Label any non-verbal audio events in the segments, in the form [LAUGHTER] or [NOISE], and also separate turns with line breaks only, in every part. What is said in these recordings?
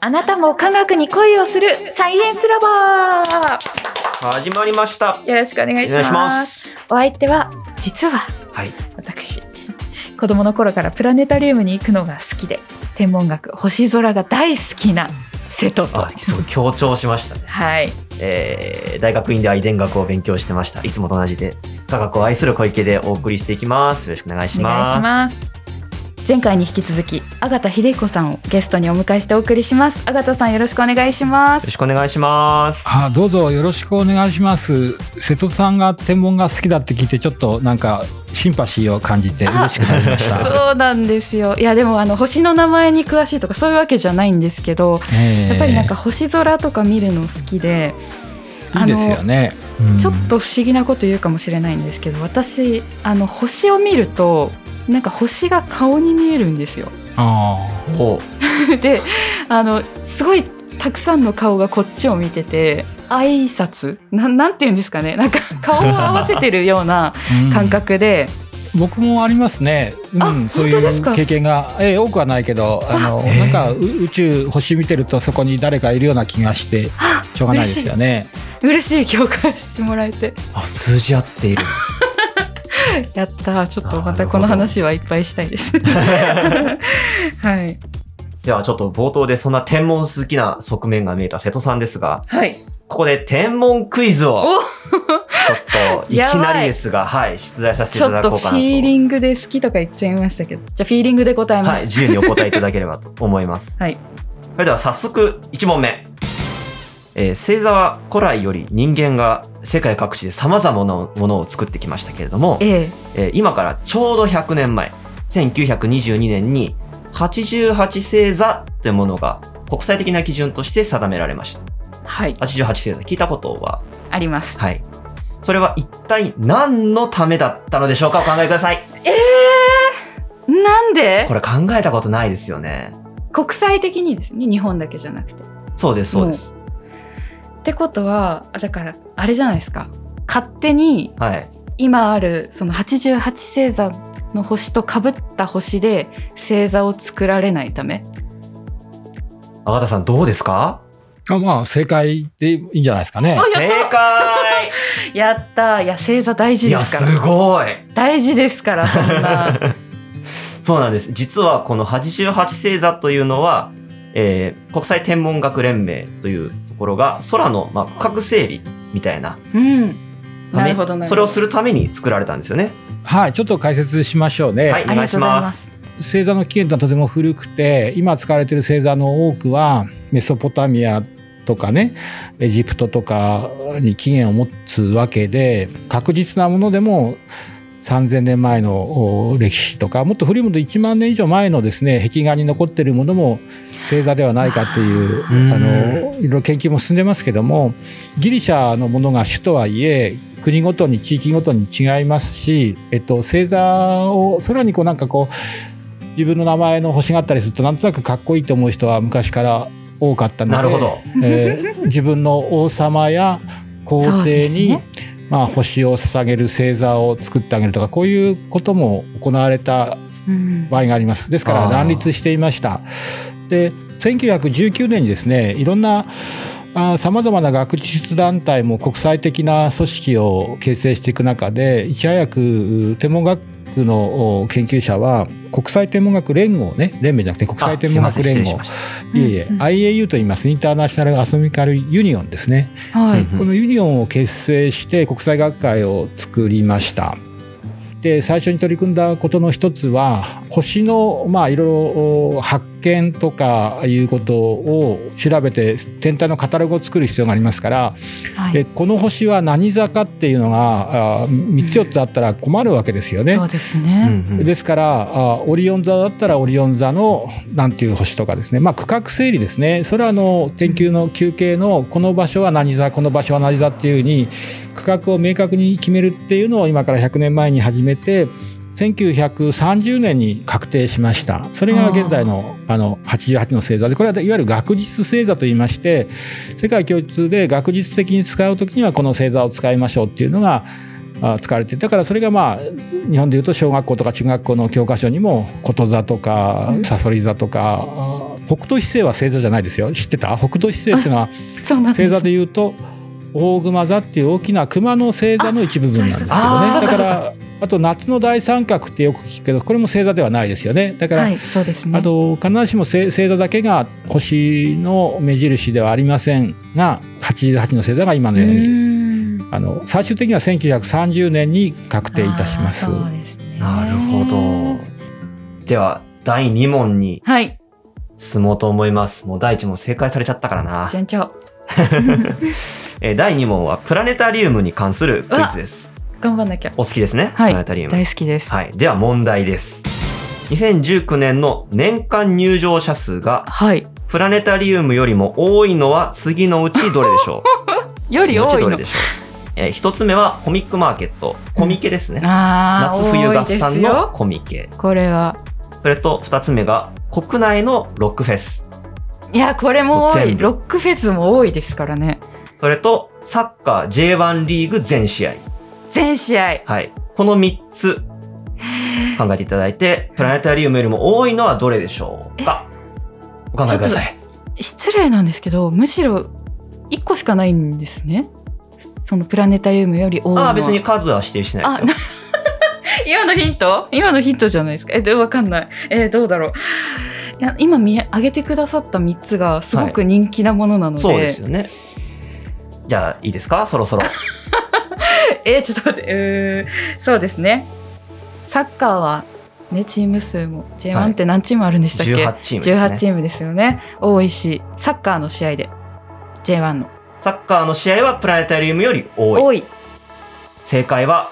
あなたも科学に恋をするサイエンスラバ
始まりました。
ーよろしくお願いします
お願いします
お相手は実は
はい。
私子供の頃からプラネタリウムに行くのが好きで天文学星空が大好きな瀬戸と
あ、そう、強調しましたね。
はい
えー、大学院では遺伝学を勉強してました。いつもと同じで。科学を愛する小池でお送りしていきます。よろしくお願いし
お願いし
ま。
ます前回に引き続き阿賀田秀彦さんをゲストにお迎えしてお送りします阿賀田さんよろしくお願いします
よ
す
ろしくお願いします。
あどうぞよろしくお願いします瀬戸さんが天文が好きだって聞いてちょっとなんかシンパシーを感じて嬉しくなりました、
そうなんですよいやでもあの星の名前に詳しいとかそういうわけじゃないんですけど
ええ
やっぱりなんか星空とか見るの好きで、
いいですよね、うん
ちょっと不思議なこと言うかもしれないんですけど私あの星を見るとなんか星が顔に見えるんですよ。 [LAUGHS]
あ
お
であのすごいたくさんの顔がこっちを見てて挨拶なんなんて言うんですかね
[LAUGHS]
なんか顔を合わせてるような
ーうん
感覚で、
僕もありますね、う
あ
ん、そうい
本当ですか
う経験が、ええ多くはないけどあの
ええ
なんかう宇宙星見てるとそこに誰かいるような気がして
あ
しょうがないですよね
嬉しい共感してもらえて
あ、通じ合っている。
やったーちょっとま
なる
た
ほ
こ
ど
の話はいっぱいしたい
[LAUGHS]
です。はい、
ではちょっと冒頭でそんな天文好きな側面が見えた瀬戸さんですが、
はい、
ここで天文クイズを、
お
ちょっといきなりですが、はい、出題させて
ち
いた
ょっ
だことう
フ
かなと。
ィーリングで好きとか言っちゃいましたけどじゃあフィーリングで答えま
はい、
す
自由にお答えいただければと思います。
はい、
それでは早速1問目、えー星座は古来より人間が世界各地でさまざまなものを作ってきましたけれども、
ええ
えー今からちょうど100年前1922年に88星座というものが国際的な基準として定められました
はい
88星座聞いたことは
あります
はいそれは一体何のためだったのでしょうかお考えください
ええなんで
これ考えたことないですよね
国際的にですね日本だけじゃなくてっ
そうですそうです、
てことはだからあれじゃないですか勝手に
はい
今あるその88星座の星とかぶった星で星座を作られないため
赤田さんどうですか
あまあ正解でいいんじゃないですかね
おや
正
った
解
やったーいや星座大事
い
で
や、
す
す
から
ごい。
大事ですからそんな
そうなんです。実はこの88星座というのは、えー国際天文学連盟というところが空の、まあ、区画整備みたいな
うん
ため
なるほどなるほど
それをするために作られたんですよね。
はいちょっと解説しましょうね、
はい、お
あり
願
が
い
と
し
うござい
ま
ます
す。
星座の起源とはとても古くて今使われている星座の多くはメソポタミアとかねエジプトとかに起源を持つわけで確実なものでも3,000年前のお歴史とかもっと古いもので1万年以上前のですね壁画に残っているものも星座ではないかっていう
うん
あのいろいろ研究も進んでますけどもギリシャのものが主とはいえ国ごとに地域ごとに違いますし、えっと、星座を空にこうなんかこう自分の名前の星があったりするとなんとなくかっこいいと思う人は昔から多かったので
なるほ、ど。
えー自分の王様や皇帝に、
そうで
まあ、星を捧げる星座を作ってあげるとかこういうことも行われた
うん
場合があります。ですから
あー
乱立していました。で、1919年にですね、いろんなさまざまな学術団体も国際的な組織を形成していく中でいち早く天文学のお研究者は国際天文学連合ね連盟じゃなくて国際
あす
天
い
文
ませ
学
ん失
連
礼し
合
ました。
いえいえ、
うんうん
IAU と言いますインターナショナル・アソミカル・ユニオンですね、
はい、
うん
このユニオンを結成して国際学会を作りました。で最初に取り組んだことの一つは星のまあいろいろお発見とかいうことを調べて天体のカタログを作る必要がありますから
はい
でこの星は何座かっていうのが3つ4つあったら困るわけですよね
そ。うです
う
ね、
んうん
ですからあオリオン座だったらオリオン座のなんていう星とかですね、まあ、区画整理ですねそれはあの研究の休憩のこの場所は何座この場所は何座っていうふうに区画を明確に決めるっていうのを今から100年前に始めて1930年に確定しましたそれが現在のあの88の星座でこれはいわゆる学術星座といいまして世界共通で学術的に使う時にはこの星座を使いましょうっていうのがあ使われてだからそれがまあ日本でいうと小学校とか中学校の教科書にもこと座とか
うん
さそり座とかあ北斗七星は星座じゃないですよ知ってた北斗七星っていうのは
そうなんです
星座で言うと大熊座っていう大きな熊の星座の一部分なんですけどね
あそう
だ
かそう
か
から
あと夏の大三角ってよく聞くけどこれも星座ではないですよねだから、
はいそうですね
あと必ずしも星星座だけが星の目印ではありませんが88の星座が今のよう
う
に
ーん
あの最終的には1930年に確定いたします
あ。ーそうですね
なるほど。では、第2問に
はい
進もうと思います。もう第1問正解されちゃったからな。
順調
えー第2問はプラネタリウムに関するクイズです。
頑張んなきゃ
お好きですね、
はい
プラネタリウム。
大好きです
はい。では問題です。2019年の年間入場者数が
はい
プラネタリウムよりも多いのは次のうちどれ
[LAUGHS]
でしょう
より
次のう
多
ち
い
ど
の
れでしょうえー一つ目はコミックマーケット。コミケですね。
あー
夏冬合
多いです
算の
よ
コミケ。
これは
それと二つ目が国内のロックフェス。
いやこれも多
全
い
部
ロックフェスも多いですからね
それとサッカー J1 リーグ全試合。
全試合
はい。この三つ考えていただいて、プラネタリウムよりも多いのはどれでしょうかお考えください。
失礼なんですけどむしろ1個しかないんですねそのプラネタリウムより多いのは
ああ、別に数は指定しないです
あな [LAUGHS] 今
よ。
のヒント今のヒントじゃないですかえでわかんないえーどうだろういや今見上げてくださった3つがすごく人気なものなので,、
そうですよね。じゃあいいですかそろそろ。
[LAUGHS] えーちょっと待ってうーそうですねサッカーはねチーム数も J1 って何チームあるんでしたっけ、
18チームですね。
18チームですよね多いしサッカーの試合で J1 の
サッカーの試合はプラネタリウムより多い。
多い
正解は、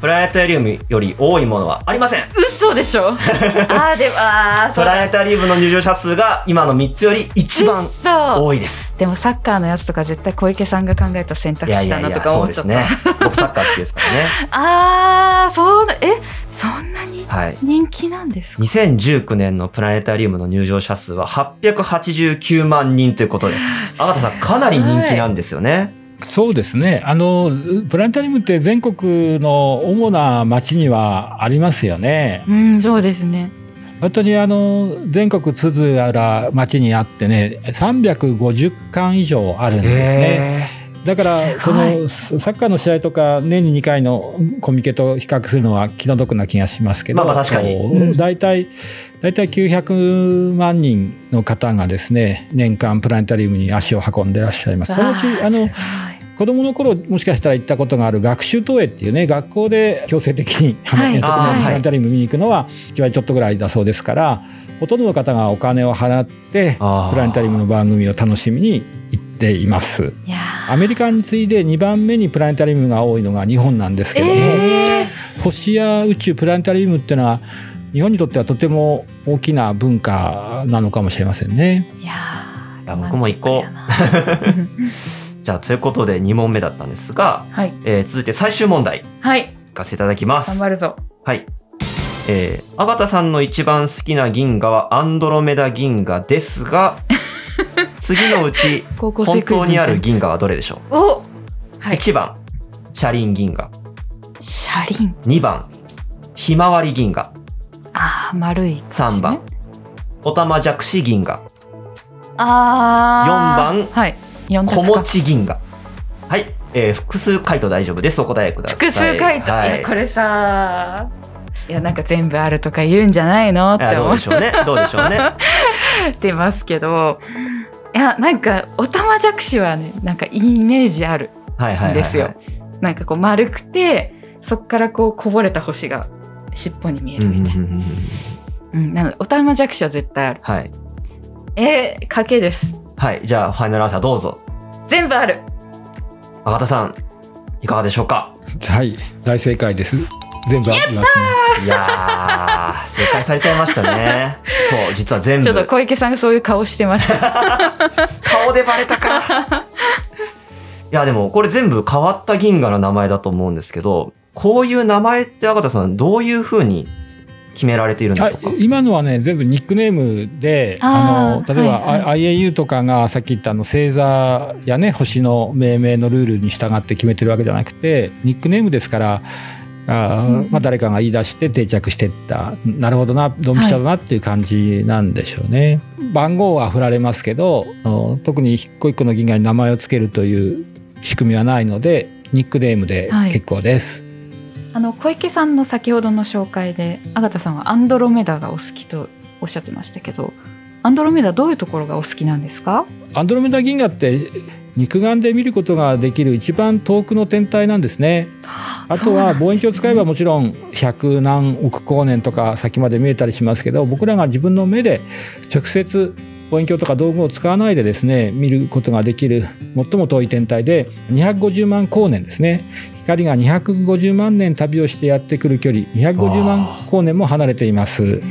プラネタリウムより多いものはありま
[LAUGHS]
せん。
嘘でし
[LAUGHS]
ょあーでもあーそ
プ
うだ
ラネタリウムの入場者数が今の3つより一番
嘘
多いです。
でもサッカーのやつとか絶対小池さんが考えた選
い
択
や
肢
い
だ
や
な
い
と
や、
か
そ
思
う
っ
で
ちゃっ
す
た、
ね。僕サッカー好きですからね。
あーそうなえそんなに
はい。
人気なんですか
2019年のプラネタリウムの入場者数は889万人という
[LAUGHS]
ことで、あなたさんかなり人気なんですよね。
そうですねあのプラネタリウムって全国の主な町にはありますよね。
うんそうですね
本当にあの全国津々浦々町にあってね350館以上あるんですね。
へ
だから
す
そ
ごい
のサッカーの試合とか年に2回のコミケと比較するのは気の毒な気がしますけど、
まあまあ確かに
こう
うん
大体大体900万人の方がですね年間プラネタリウムに足を運んでらっしゃいます。そのうちあの子供の頃もしかしたら行ったことがある学習投影っていうね学校で強制的にあの
はい
遠足
あー
のプラネタリウム見に行くのは1割ちょっとぐらいだそうですからほとんどの方がお金を払って
あー
プラネタリウムの番組を楽しみに行っています
いや
アメリカに次いで2番目にプラネタリウムが多いのが日本なんですけども、
え
星や宇宙プラネタリウムっていうのは日本にとってはとても大きな文化なのかもしれませんね。
ー、いやー
いや僕も行こう
ロマンチックやなうん
じゃあ、ということで2問目だったんですが、
はい
えー続いて最終問題い
はい
かせていただきま
頑
す。
張るぞ
はい。えー、アガタさんの一番好きな銀河はアンドロメダ銀河で
[LAUGHS]
すが、次のうち
高校生
本
クイズ
当
み
に
た
あ
い
る銀河はどれでしょう
おはい
?1 番、車輪銀河。
車輪
2番、ひまわり銀河。
あー丸い
3番、おたまじゃくし銀河。
ああ
四番
はい四択
小
か
持ち銀河。はい。えー、複数回答大丈夫です。お答えください。
複数回答、、
はいい。
やこれさいやなんか全部あるとか言うんじゃないのって
あどう
思
でしょうね。どうでしょうね。
ってますけどいやなんかおたまじゃくしはねなんかイメージある
はいはいはい、はい。
ですよなんかこう丸くてそっからこうこぼれた星が尻尾に見え
うん
るみ
うんうん
たいな、
うんうん。
うんなのでおたまじゃくしは絶対ある
はい。
えー、賭けです
はい。じゃあ、ファイナルアンサーどうぞ。
全部ある
アガタさん、いかがでしょう [LAUGHS] か
はい大正解です。全部ありますね。
いやー、正解されちゃいましたね。そう、実は全
ちょっと
部。
小池さんがそういう顔してました
顔でバレたか。いや、でも、これ全部変わった銀河の名前だと思うんですけど、こういう名前って、アガタさん、どういうふうに決められているんでしょうか
あ今のはね全部ニックネームであ
あー
の例えば、
はいは
IAU とかがさっき言ったあの星座やね星の命名のルールに従って決めてるわけじゃなくてニックネームですからあー
うん
まあ、誰かが言い出して定着してったなるほどなドンピシャだなっていう感じなんでしょうね、番号は振られますけどお特に一個一個の銀河に名前を付けるという仕組みはないのでニックネームで結構です、
あの小池さんの先ほどの紹介でアガタさんはアンドロメダがお好きとおっしゃってましたけどアンドロメダどういうところがお好きなんですか
アンドロメダ銀河って肉眼で見ることができる一番遠くの天体なんですねあとは望遠鏡を使えばもちろん100何億光年とか先まで見えたりしますけど僕らが自分の目で直接望遠鏡とか道具を使わないでですね見ることができる最も遠い天体で250万光年ですね光が250万年旅をしてやってくる距離250万光年も離れています。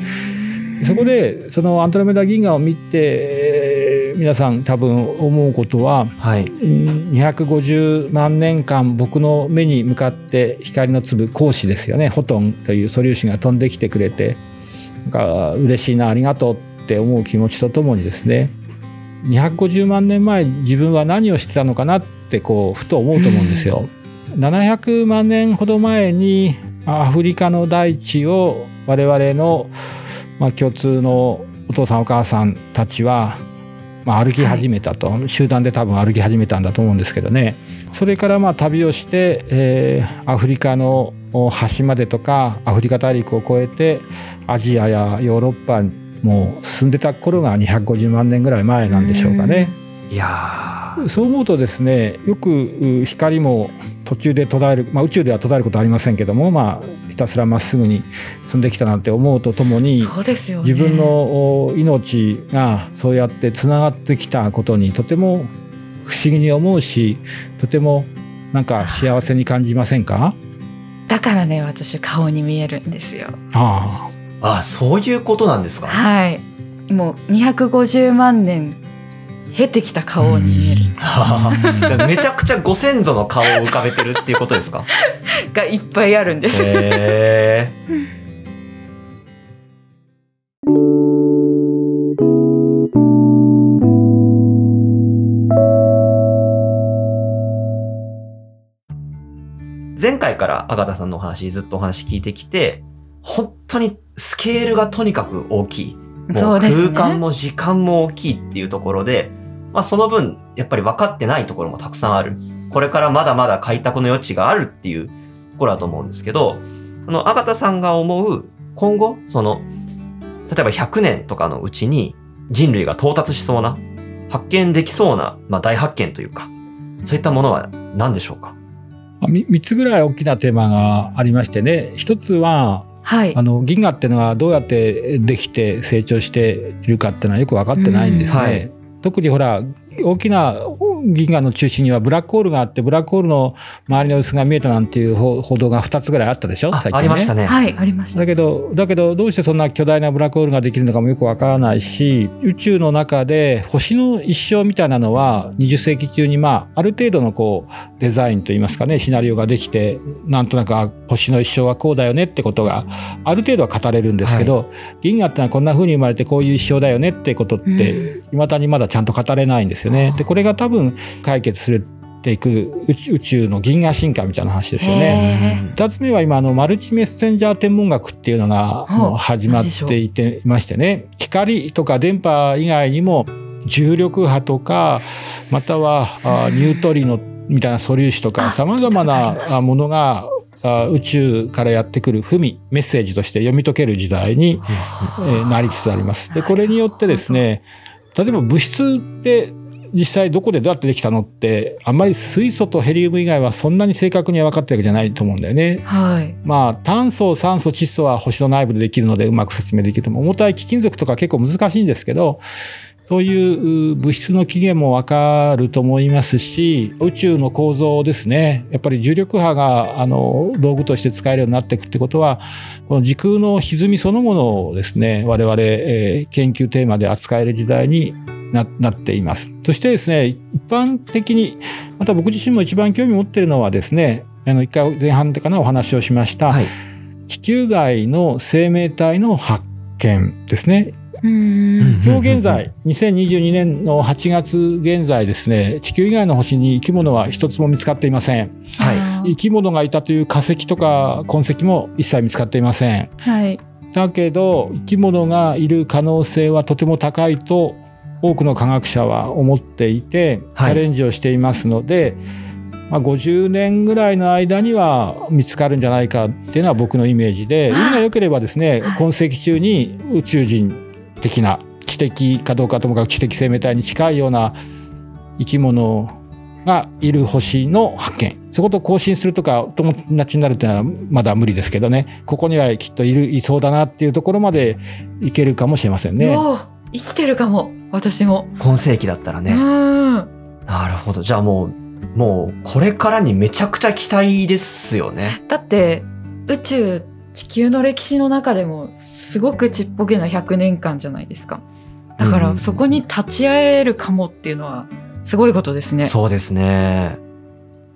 そこでそのアントロメダ銀河を見てえー皆さん多分思うことは
はい。
うん250万年間僕の目に向かって光の粒光子ですよねフォトンという素粒子が飛んできてくれてなんか嬉しいなありがとうって思う気持ちとともにですね250万年前自分は何をしてたのかなってこうふと思うと思うんですよ。700万年ほど前にアフリカの大地を我々の、まあ、共通のお父さんお母さんたちは、まあ、歩き始めたと、集団で多分歩き始めたんだと思うんですけどねそれからまあ旅をして、えーアフリカのお端までとかアフリカ大陸を越えてアジアやヨーロッパも進んでた頃が250万年ぐらい前なんでしょうかね。
いやー
そう思うとですねよくう光も途中で途絶える、まあ、宇宙では途絶えることはありませんけども、まあ、ひたすらまっすぐに進んできたなんて思うとともに
そうですよね
自分のお命がそうやってつながってきたことにとても不思議に思うしとてもなんか幸せに感じませんか
だからね私顔に見えるんですよ
あ
あ、そういうことなんですか。
はいもう250万年経てきた
あ
顔に見える
[LAUGHS]
うん
めちゃくちゃご先祖の顔を浮かべてるっていうことですか。
がいっぱいあるんです
へえ。前回から赤田さんのお話ずっとお話聞いてきて本当にスケールがとにかく大きいも
そうですね
空間も時間も大きいっていうところで、まあ、その分やっぱり分かってないところもたくさんあるこれからまだまだ開拓の余地があるっていうところだと思うんですけどあの赤田さんが思う今後その例えば100年とかのうちに人類が到達しそうな発見できそうな、まあ、大発見というかそういったものは何でしょうか
[LAUGHS] 3つぐらい大きなテーマがありましてね一つは
はい
あの銀河っていうのはどうやってできて成長しているかっていうのはよく分かってないんですね。
うんはい
特にほら大きな銀河の中心にはブラックホールがあってブラックホールの周りの薄が見えたなんていう報報道が2つぐらいあったでしょ
あ
最近ね。
ありましたね。
はいありました
だけどだけどどうしてそんな巨大なブラックホールができるのかもよくわからないし宇宙の中で星の一生みたいなのは20世紀中にまあある程度のこうデザインといいますかねシナリオができてなんとなくあ星の一生はこうだよねってことがある程度は語れるんですけど、銀河ってのはこんな風に生まれてこういう一生だよねってことって、
うん
未だにまだちゃんと語れないんですよね。でこれが多分解決するっていく宇宙宇宙の銀河進化みたいな話ですよね。
へー
2つ目は今あのマルチメッセンジャー天文学っていうのが
ほう
もう始まっていていましてね光とか電波以外にも重力波とかまたはあニュートリノみたいな素粒子とか
あ
さまざま
聞いたことあります
なあものがあ宇宙からやってくる文メッセージとして読み解ける時代にえーなりつつあります。でこれによってですね例えば物質って実際どこでどうやってできたのってあんまり水素とヘリウム以外はそんなに正確には分かってるわけじゃないと思うんだよね。
はい
まあ炭素酸素窒素は星の内部でできるのでうまく説明できると思う重たい貴金属とか結構難しいんですけどそういうう物質の起源も分かると思いますし宇宙の構造ですねやっぱり重力波があの道具として使えるようになっていくってことはこの時空の歪みそのものをですね我々、えー研究テーマで扱える時代にななっています。そしてですね一般的にまた僕自身も一番興味持ってるのはですねあの一回前半でかなお話をしました、
はい
地球外の生命体の発見ですね
うん
今日現在、2022年の8月現在ですね、地球以外の星に生き物は一つも見つかっていません。
はい。
生き物がいたという化石とか痕跡も一切見つかっていません。
はい。
だけど、生き物がいる可能性はとても高いと、多くの科学者は思っていて、チ
はい
ャレンジをしていますので、まあ、50年ぐらいの間には見つかるんじゃないかっていうのは僕のイメージで、運が良ければですね、
はい
痕跡中に宇宙人的な、知的かどうかともかく知的生命体に近いような生き物がいる星の発見。そこと交信するとか友達になるというのはまだ無理ですけどね、ここにはきっといる、いそうだなっていうところまでいけるかもしれませんね。
おー生きてるかも、私も。
今世紀だったら
う
ね。
ん。
なるほど。じゃあもう、もう、これからにめちゃくちゃ期待ですよね。
だって、宇宙、地球の歴史の中でも、すごくちっぽけな100年間じゃないですか。だか
う
ら、
ん
そこに立ち会えるかもっていうのは、すごいことですね。
そうですね。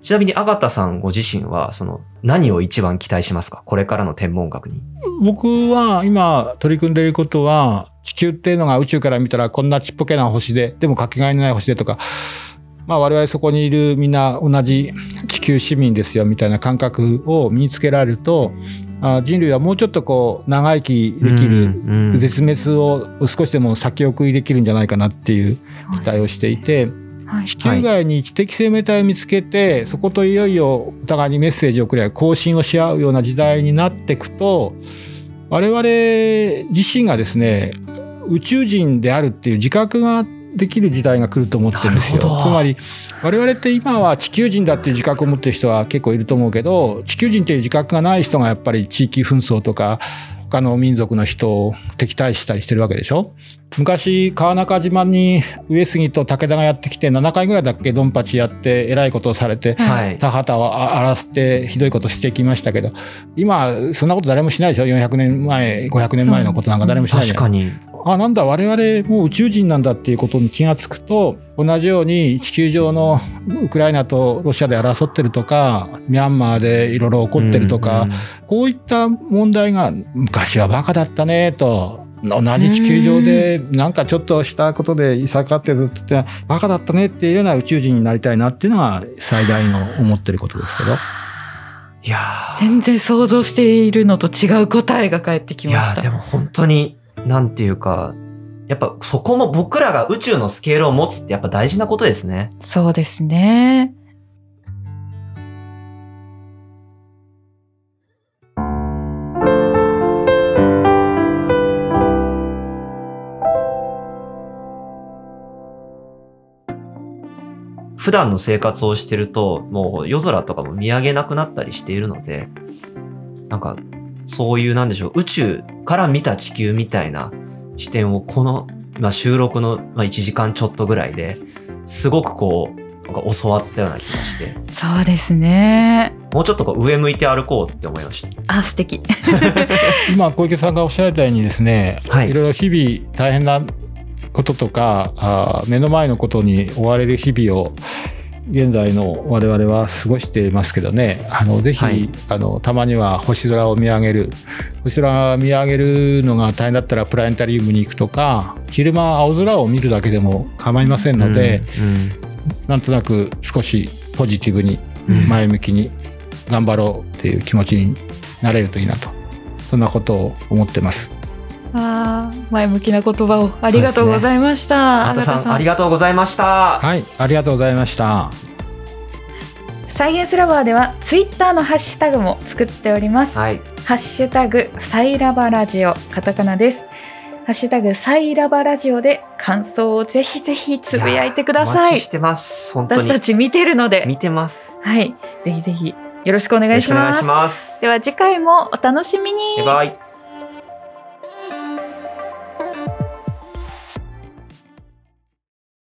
ちなみに、アガタさんご自身は、その、何を一番期待しますかこれからの天文学に。
僕は今取り組んでいることは地球っていうのが宇宙から見たらこんなちっぽけな星ででもかけがえのない星でとか、まあ、我々そこにいるみんな同じ地球市民ですよみたいな感覚を身につけられるとあ人類はもうちょっとこう長生きできる、
うんうん
絶滅を少しでも先送りできるんじゃないかなっていう期待をしていて。
はい。
地球外に知的生命体を見つけて、そこといよいよお互いにメッセージを送り合い交信をし合うような時代になっていくと我々自身がですね宇宙人であるっていう自覚ができる時代が来ると思ってるんですよ。
なるほど
つまり我々って今は地球人だっていう自覚を持ってる人は結構いると思うけど地球人っていう自覚がない人がやっぱり地域紛争とか他の民族の人を敵対したりしてるわけでしょ昔川中島に上杉と武田がやってきて7回ぐらいだっけドンパチやってえらいことをされて
はい。
田畑を荒らしてひどいことしてきましたけど今そんなこと誰もしないでしょ400年前500年前のことなんか誰もしないじ
確
ゃない
かに。
あなんだ我々もう宇宙人なんだっていうことに気がつくと同じように地球上のウクライナとロシアで争ってるとかミャンマーでいろいろ起こってるとか、
うん
こういった問題が昔はバカだったねと同じ地球上でなんかちょっとしたことでいさかってずっとってバカだったねっていうような宇宙人になりたいなっていうのが最大の思ってることですけど。
いやー
全然想像しているのと違う答えが返ってき
い
ま
や
し
ーで
た。
も本当に、なんていうか、やっぱそこも僕らが宇宙のスケールを持つってやっぱ大事なことですね。
そうですね。
普段の生活をしてると、もう夜空とかも見上げなくなったりしているので、なんか、そういうなんでしょう、宇宙から見た地球みたいな視点をこの、まあ、収録の、まあ、1時間ちょっとぐらいですごくこう、なんか教わったような気がして、
そうですね。
もうちょっとこう上向いて歩こうって思いました。
あ、素敵。
今小池さんがおっしゃられたようにですね、、
はいい
ろいろ日々大変なこととかあー目の前のことに追われる日々を現在の我々は過ごしていますけどねあのぜひ、
はい
あのたまには星空を見上げる星空を見上げるのが大変だったらプラネタリウムに行くとか昼間青空を見るだけでも構いませんので、
うん
なんとなく少しポジティブに
うん
前向きに頑張ろうっていう気持ちになれるといいなとそんなことを思ってます
あー前向きな言葉をありがとうございました。
あたさ
あがた
ん、ありがとうございました。
はいありがとうございました
サイエンスラバーではツイッターのハッシュタグも作っております。
はい。
ハッシュタグサイラバラジオカタカナです。ハッシュタグサイラバラジオで感想をぜひぜひつぶやいてくだ
お
さ
待
い
ちし。てます。本当に。
私たち見てるので、
見てます。
はい、ぜひぜひよろしくお
よ
願
ろ
い
し
し
くお願
ま
い
す
し。ます。
では次回もお楽しみに。
バイバイ。